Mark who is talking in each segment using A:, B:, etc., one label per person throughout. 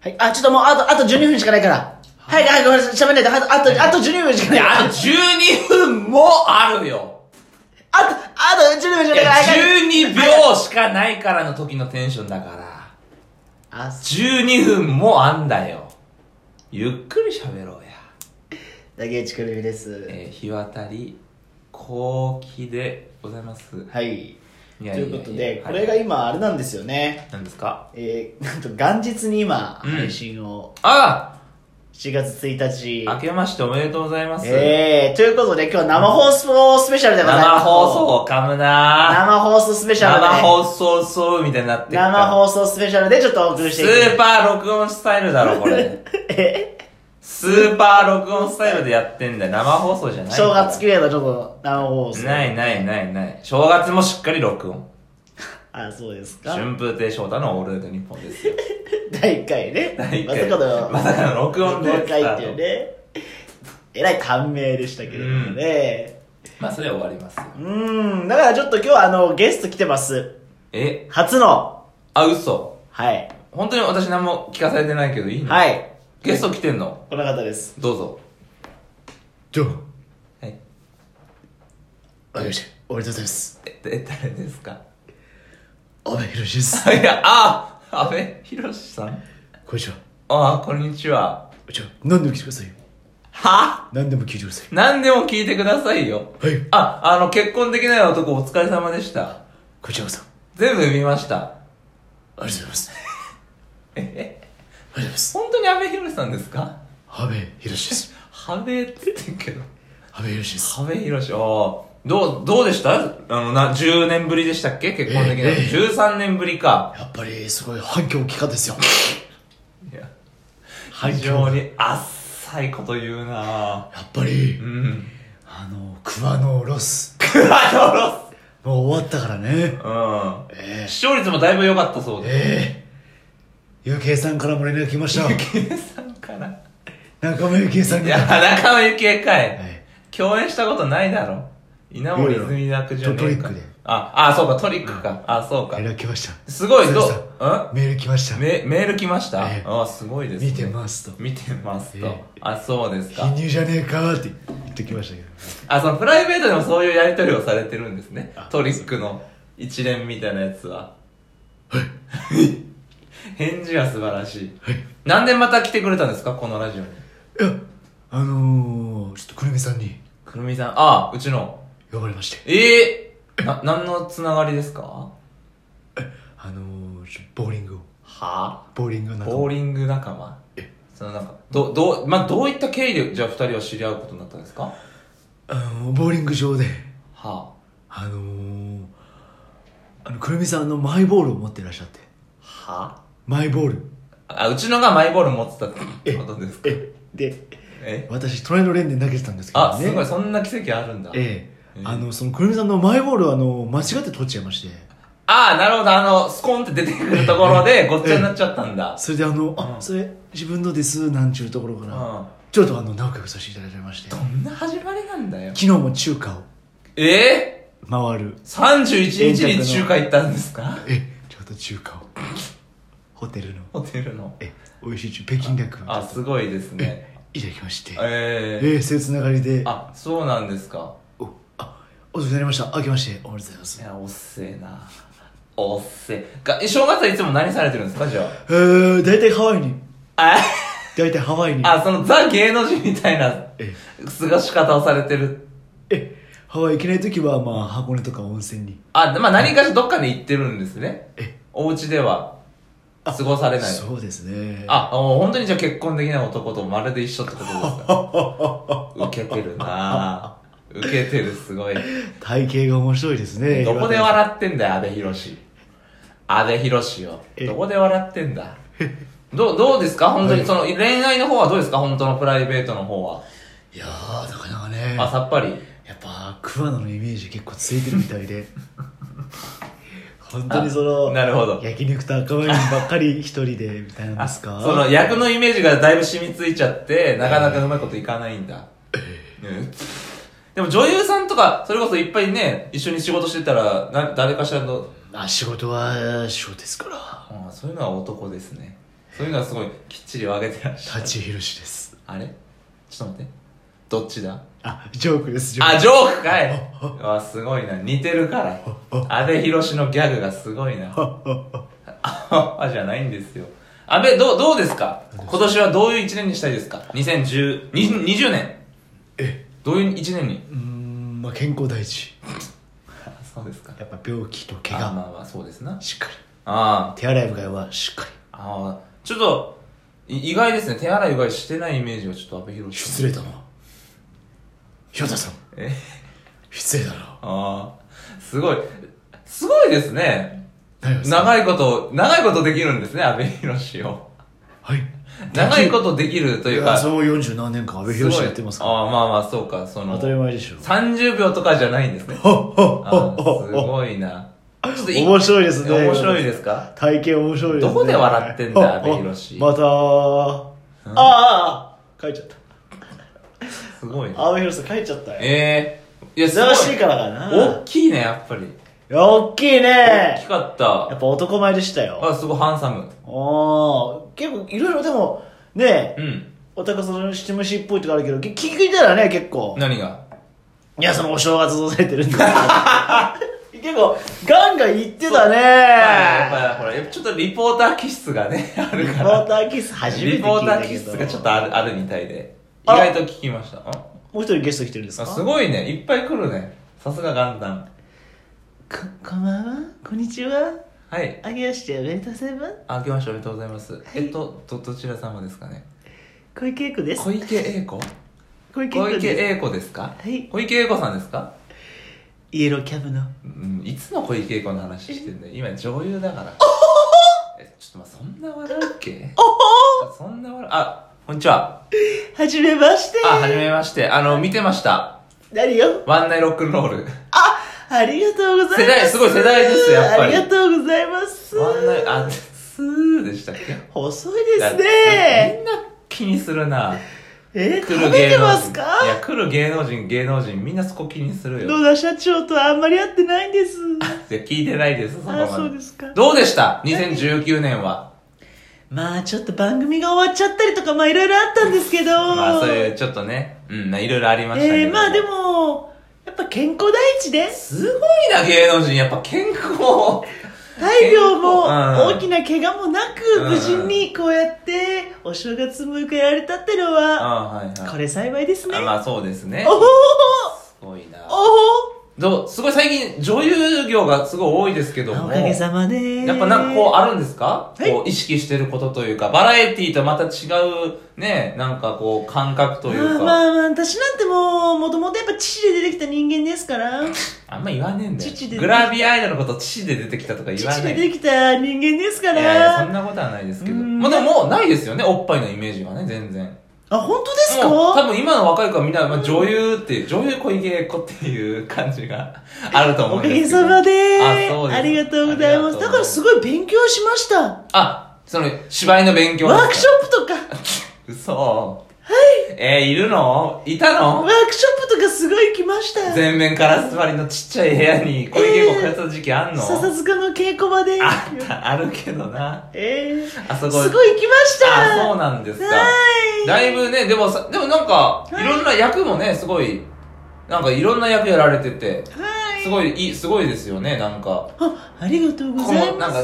A: はい。あ、ちょっともう、あと、あと12分しかないから。はい、はい、ごめんなさい。喋んないで。あと、あとあと12分しか
B: い
A: ない。
B: や、あと12分もあるよ。
A: あと、あと12分し
B: い
A: かない
B: や
A: から。はい
B: 12秒しかないからの時のテンションだから。
A: あ、す
B: 12分もあんだよ。ゆっくり喋ろうや。
A: 竹内くるみです。
B: えー、日渡り、後期でございます。
A: はい。
B: い
A: と
B: やい
A: い
B: やいうや
A: ことで、
B: は
A: こ
B: い
A: れが今、あれなんですよね。
B: 何ですか
A: えー、なんと元日に今、
B: うん
A: 配信を、
B: あ
A: 7月1日。
B: 明けましておめでとうございます。
A: えー、ということで今日生放送スペシャルでございま
B: 生
A: す。
B: 放送噛むな
A: 生放送スペシャルで。
B: 生放送そうみたいになってっから
A: 生放送スペシャルでちょっとお送りし
B: ス
A: ていきます
B: ーパー録音スタイルだろ、これ。
A: え
B: スーパー録音スタイルでやってんだよ。生放送じゃない
A: 正月系はちょっと生放送。
B: ないないないない。正月もしっかり録音。
A: あ、そうですか。
B: 春風亭昇太のオールナイトニッポンですよ。
A: 第1回ね。
B: 第一
A: ま
B: 回
A: さかの。
B: まさかの録音で
A: 公開っていうね。えらい短命でしたけれどもね。
B: まあ、それは終わりますよ。
A: うーん、だからちょっと今日はあの、ゲスト来てます。
B: え
A: 初の。
B: あ、嘘。
A: はい。
B: 本当に私何も聞かされてないけどいいのい。
A: はい。
B: ゲスト来てんの
A: この方です。
B: どうぞ。
A: どう
B: はい。
A: わかりました。おめでとうございます。
B: え、え誰ですか
A: 阿部寛です。
B: いや、あ安部寛さん
A: こんにちは。
B: あこんにちは。
A: じゃあ、何でも聞いてくださいよ。
B: は
A: 何でも聞いてください。
B: 何でも聞いてくださいよ。
A: はい
B: あ、あの、結婚できない男お疲れ様でした。
A: こちらこそ。あ
B: 全部見ました。
A: りがとうございます。あ
B: え、
A: りがとうございます。
B: 本当に安部寛さんですか
A: 阿部寛です。
B: ハベって言ってんけど。
A: 阿部寛です。
B: ハベヒロシ、ああ。どう、どうでしたあの、な、10年ぶりでしたっけ結婚できないの。
A: ええ
B: 13年ぶりか。
A: やっぱり、すごい反響大きかったですよ。
B: いや、
A: 反
B: 非常にあっさいこと言うなぁ。
A: やっぱり
B: う、ん。
A: あの、桑のロス。
B: クワ
A: もう終わったからね。
B: ドロスう
A: え
B: ん。視聴率もだいぶ良かったそう
A: え
B: で。
A: ええゆうけいさんからも連絡来ました。
B: ゆきえさんかな。
A: 中村ゆきえさん
B: い
A: が。
B: や、
A: は
B: 中間ゆきえかい。
A: い。
B: 共演したことないだろ。稲森泉楽じゃねえか。
A: トリックで
B: あ、あ、そうか、トリックか。あ、そうか
A: 連。絡来ました。
B: すごい、どう、
A: そう
B: うん
A: メール来ました。
B: メメール来ました、
A: ええ
B: ああすごいです、ね、
A: 見てますと
B: 見てますと、
A: ええ
B: あそうです
A: 貧
B: か
A: 乳じゃねえかって言ってきましたけど。
B: あそのプライベートでもそういうやり取りをされてるんですね
A: あ
B: トリックの一連みたいなやつは返事が素晴らしい、なんでまた来てくれたんですかこのラジオに
C: いや、あのー、ちょっとくるみさんに
B: くるみさんああうちの
C: 呼ばれまして、
B: ええな何のつながりですかは
C: あのー、ちょっとボーリングを、
B: あ
C: ボーリングの中
B: ボー
C: を
B: リング仲間
C: え
B: そのなんかどどうまあどういった経緯でじゃあ二人は知り合うことになったんですかは
C: あのーボーリング場で、
B: あ
C: あのー、あの、くるみさんのマイボールを持ってらっしゃって、
B: はあ
C: マイボール。
B: あ、うちのがマイボール持ってたってことですか
C: え、で、
B: え
C: 私、隣のレーンで投げてたんですけどね。
B: あ、すごい、そんな奇跡あるんだ。
C: ええ
B: え
C: あの、その、くるみさんのマイボールを、あのー、間違って取っちゃいまして、
B: あー、なるほど、あの、スコンって出てくると ころで、ごっちゃになっちゃったんだ。
C: それであの、
B: う
C: あ、
B: ん
C: それ、自分のです、なんちゅうところか
B: う
C: ら、
B: ん。
C: ちょっとあの、仲良くさせていただいておりまして、
B: ど
C: 昨
B: んな始まりなんだよ。
C: 日も中華を
B: え
C: 回る
B: ぇ、?31 日に中華行ったんですか
C: えちょっと中華をホテルの
B: ホテルの。
C: え美味しい中北京ダックを
B: あ、すごいですね。
C: いただきましてえ
B: え
C: ー、そういうつながりで
B: ー。あ、そうなんですか。
C: おあお疲れ様でした明けましておめでとうございま
B: い
C: す
B: や、おっせえな。おっせえ。がえ正月はいつも何されてるんですかじゃ
C: えー、大体ハワイに
B: あ。
C: 大体ハワイに
B: あ、あ、そのザ芸能人みたいな
C: え
B: 過ごし方をされてる
C: えハワイ行けない時はまあ箱根とか温泉に
B: あ、まあ何かしらどっかに行ってるんですね。
C: え
B: お家では
C: あ
B: 過ごされない。
C: そうですね
B: あ、もう本当にじゃあ結婚できない男とまるで一緒ってこと ですか受けてるなぁ。受けてるすごい。
C: 体型が面白いですね
B: どこで
C: 岩田
B: 笑ってんだよ、安部寛。安部寛よ。
C: え
B: どこで笑ってんだ。どう、どうですか本当に、その恋愛の方はどうですか本当のプライベートの方は。
C: さんいやーなかなかね
B: あ、さっぱり。
C: やっぱ桑名のイメージ結構ついてるみたいで 本当にその
B: なるほど。
C: 焼肉と赤ワインばっかり一人でみたいなんですか
B: その役のイメージがだいぶ染みついちゃって、なかなかうまいこといかないんだ。ねでも女優さんとか、それこそいっぱいね、一緒に仕事してたら、な誰かしらの、
C: あ仕事は仕事ですから
B: あーそういうのは男ですね。そういうのはすごいきっちり分けてらっしゃる
C: 舘ひろしです
B: あれちょっと待ってどっちだ
C: あジョークですジョー
B: あ
C: ク
B: ジョークかいあすごいな似てるから阿部寛のギャグがすごいな ああじゃないんですよ阿部どうどうですか今年はどういう1年にしたいですか2010 2020年
C: え
B: どういう1年に
C: うーんまあ健康第一
B: あそうですか
C: やっぱ病気と怪我
B: あまあまあそうですな
C: しっかり
B: あ
C: 手洗いうがいはしっか
B: あああちょっとい意外ですね手洗いうがいしてないイメージがちょっと阿部寛
C: り失礼だなひょたさん
B: え
C: 失礼だな
B: ああすごいすごいですね
C: 大悟さん
B: 長いこと長いことできるんですね阿部寛を
C: はい
B: 長いことできると
C: と
B: いうか
C: そう40何年間阿部
B: すごい
C: 寛やってますから
B: ああまあまあそうかその
C: 当たり前でしょ
B: 30秒とかじゃないん ですね
C: ほっほっ
B: ああ
C: ほっ
B: す
C: ほっ
B: ごいなちょっとい
C: 面白いですね
B: 面白いですか
C: 体型面白いですね
B: どこで笑ってんだ
C: ああ
B: 阿部寛
C: またああああ書いちゃった
B: すごいね
C: 阿部寛さん書いちゃったよ
B: ええいやすごい
C: 忙しいからかな
B: 大きいねやっぱり
C: いや大きい
B: 大き
C: ね
B: かっ
C: やったぱ男前でしたよ
B: あすごいハンサム
C: おー結構いろいろでもね
B: うん
C: おたかその七虫っぽいとかあるけどき聞いたらね結構
B: 何が
C: いやそのお正月されてるんだけど 結構ガンガン言ってたね
B: やっぱほらやっぱちょっとリポーター気質がね ある
C: リポ
B: か
C: ー
B: ら
C: ターキス初めて聞
B: リ
C: い
B: ポータ
C: た
B: ー
C: け
B: 気質
C: ど
B: がちょっとあるあるみたいで意
C: あ
B: 外と聞きましたあ
C: もう一人ゲスト来てるんですか
B: あすごいねいっぱい来るねさすが元旦
C: ここんばんはこんにちは
B: はい
C: あげましておめでとうございます
B: あ明けましておめでとうございます、えっとどどちら様ですかね
C: 小池栄子で
B: 小池栄子
C: 小
B: 小池
C: す
B: 栄子ですか
C: はい
B: 小池栄子さんですか
C: イエローキャブの
B: うんいつの小池栄子の話してんだよ今女優だからえちょっとまそんな笑うっけあそんな笑うあこんにちは
C: はじめまして
B: あはじめましてあの見てました
C: 何よ
B: ワンナイロックンロール
C: ありがとうございます
B: 世代すごい世代ですよやっぱり
C: ありがとうございます
B: ワンナイあスーでしたっけ
C: 細いです
B: み
C: ね
B: んな気にするな
C: えー、食べてますか
B: いや来る芸能人芸能人みんなそこ気にするよ
C: 野田社長とあんまり会ってないんです
B: いや聞いてないですそこま
C: あ
B: で
C: そうですか
B: どうでした2019年は
C: まあちょっと番組が終わっちゃったりとかまあいろいろあったんですけど
B: まあそういうちょっとねうんないろいろありましたけど、
C: えー、まあでもやっぱ健康第一です
B: すごいな芸能人やっぱ健 康
C: 大病も
B: うん
C: 大きな怪我もなく
B: うん
C: 無事にこうやってお正月迎えられたってのは
B: あはいはい
C: これ幸いですね
B: あまあそうですね
C: おほ
B: すごいな
C: おほ
B: どうすごい最近女優業がすごい多いですけども
C: おかげさまで
B: やっぱなんかこうあるんです
C: は
B: か、
C: い
B: こう意識してることというか、バラエティーとまた違うね、なんかこう感覚という
C: まあ
B: か、
C: まあまあ私なんてもうもともとやっぱ父で出てきた人間ですから
B: あんま言わねえんだよ
C: 父で。ね
B: グラビアアイドルのこと父で出てきたとか言わ
C: 父
B: な
C: で
B: い。
C: 出てきた人間ですか
B: いやいや、そん
C: ら
B: なことはないですけど。
C: うん
B: まあでももうないですよね、おっぱいのイメージはね、全然。
C: あ本当です
B: もう多
C: か
B: 分今の若い子はみんな、まあ、女優っていう、女優小池栄子っていう感じが あると思
C: お
B: うん
C: か
B: で
C: げ
B: すけど。
C: さまで
B: あそうです
C: ありがとうございますだからす
B: い。
C: ごい勉強しました
B: あ、その芝居の勉強ですか
C: ワークショップとか
B: 嘘。はい。えーいるのいたの
C: ワークショップとかすごい来ましたよ
B: 全面ガラス張りのちっちゃい部屋に小池栄子通ってた時期あんの、
C: 笹塚の稽古場で
B: あった、あるけどな。
C: えー、
B: あそこ。
C: すごい行きました
B: あ、そうなんですか。
C: はい
B: だいぶね、でもさ、でもなんか、いろんな役もね、すごい、なんかいろんな役やられてて、
C: はい
B: すごい、いい、すごいですよね、なんか。
C: あありがとうござい
B: このなん
C: ま
B: か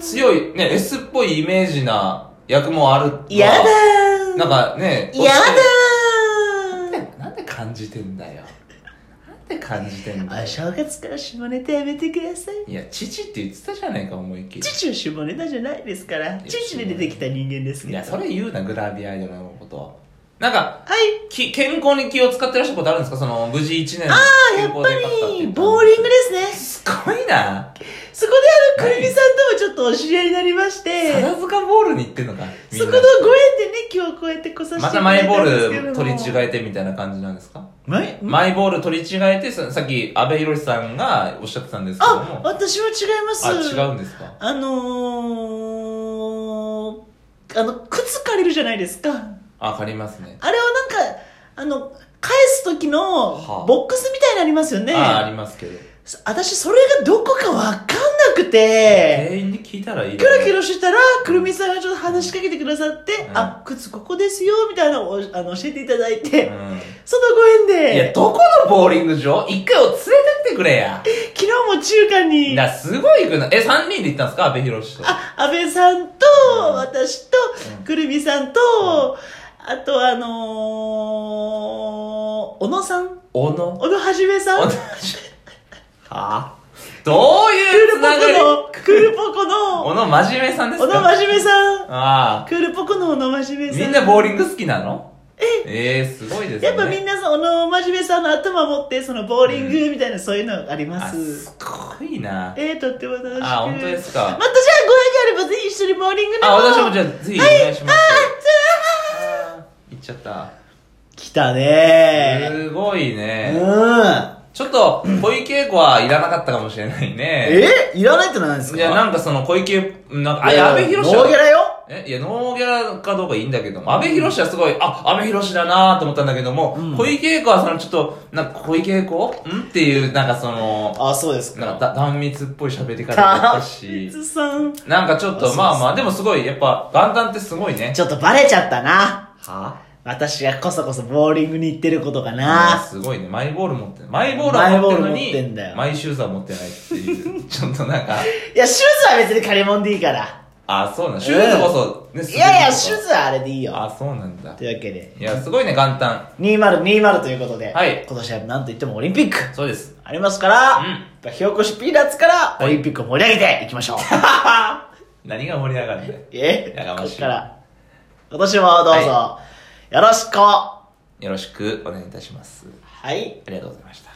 C: す
B: 強い、ね、S っぽいイメージな役もあるわ。
C: やだー
B: なんかね、
C: や
B: な
C: だー
B: んでなんで感じてんだよ。なんで感じてんだ
C: お
B: よ。
C: 正月から下ネタやめてください
B: いや、父って言ってたじゃないか、思いっきり。
C: 父は下ネタじゃないですから父で出てきた人間ですけ
B: い
C: ど
B: や、そ
C: はい
B: れ言うな、グラビアアイドルのこと。なんか、き健康に気を使ってらっしゃることあるんですかその、無事1年。あ
C: あやっぱりボーリングですね
B: すごいな。
C: そこであのくるみさんともちょっとお知り合いになりまして
B: 笹塚ボールに行ってんのか。みん
C: そ
B: な
C: このご縁でね今日こうやって来させて
B: ま
C: いただい
B: たマイボ
C: たんですけれ
B: ー
C: ど
B: ル
C: も
B: 取り違えてみたいな感じなんですか
C: マイ
B: マイボール取り違えて、ささっき、安部寛さんがおっしゃってたんですけど
C: あ
B: も。
C: 私は違います
B: あ違うんですか
C: あのー、あの靴借りるじゃないですかあれをなん
B: あ、借りますね。
C: かあの返す時
B: はあ
C: のボックスみたいになりますよね、
B: あ、ありますけど。
C: 私それがどこかわかんなくて、
B: 全員に聞いたらいい
C: キ
B: だ
C: ョ
B: ろ
C: ロキョロしてたら、くるみさんがちょっと話しかけてくださって、
B: うん
C: あ、靴ここですよ、みたいなのをあの教えていただいて、
B: うん
C: そのご縁
B: いや、
C: で、
B: どこのボーリング場一回を連れてってくれや。
C: 昨日も中華に、
B: な、すごい行くな。え、3人で行ったんですか安部博士と。
C: あ、安倍さんと、私と、くるみさんと、あとあのー、小野さん
B: おの。
C: 小野はじめさ
B: お
C: ん
B: の。はぁどう
C: クー
B: いう
C: ル
B: つ
C: ポ
B: ながり
C: コの、クールポコの、
B: おの真面目さんです
C: 小
B: か
C: 野真面目さん。
B: あ
C: クールポコの小野真面目
B: あ。
C: さん。
B: みんなボーリング好きなのええー、すごいですね。
C: やっぱみんなその小野真面目さんの頭持って、そのボーリングみたいな、そういうのがありま
B: あ、
C: す。
B: すごいな。
C: えー、とっても楽しく。
B: あ、本当ですか
C: またじゃあご縁があればぜひ一緒にボーリングでも。
B: あ、私もじゃあ、ぜひお願いします。あー行っちゃった。
C: 来たね
B: すごいね。
C: うん。
B: ちょっと、小池稽古はいらなかったかもしれないね。
C: えいらないってなんですか
B: いや、なんかその小池、なんか、あ、
C: い
B: 安倍博士
C: ノーギャラよ
B: えいや、ノーギャラかどうかいいんだけども、安倍博士はすごい、あ、安倍博士だなと思ったんだけども、小池稽古はそのちょっと、なんか小池稽古んっていう、なんかその、
C: あ、そうです
B: なん
C: か。
B: かだ断蜜っぽい喋り方だった
C: た
B: し、
C: さん。
B: なんかちょっと、まあまあ、でもすごい、やっぱ、元旦ってすごいね。
C: ちょっとバレちゃったな。
B: は
C: 私がこそこそボーリングに行ってることか
B: あ
C: な。
B: すごいね。マイボール持ってマイボールは
C: マ
B: 持ってるの
C: イボール持ってんだ
B: に、
C: よ
B: マイシューズは持ってないっていう、ちょっとなんか、
C: いや、シューズは別に借り物でいいから。
B: あ、そうなん。シューズこそ、ね、
C: いやいや、シ
B: す
C: ュー
B: ごいのか
C: ズはあれでいいよ。
B: あ、そうなんだ
C: と。いうわけで、
B: いや、すごいね、元旦。
C: 2020ということで、
B: はい
C: 今年はなんといってもオリンピック
B: そうです。
C: ありますから、
B: うん
C: やっぱひよこしピーナッツから
B: は
C: オ
B: い
C: リンピックを盛り上げていき ましょう。
B: 何が盛り上がるんだよ。
C: え
B: やが
C: こ
B: ましい
C: っから、今年もどうぞ、
B: は
C: よろしくは
B: よろしくお願いいたします。
C: い。
B: ありがとうございました。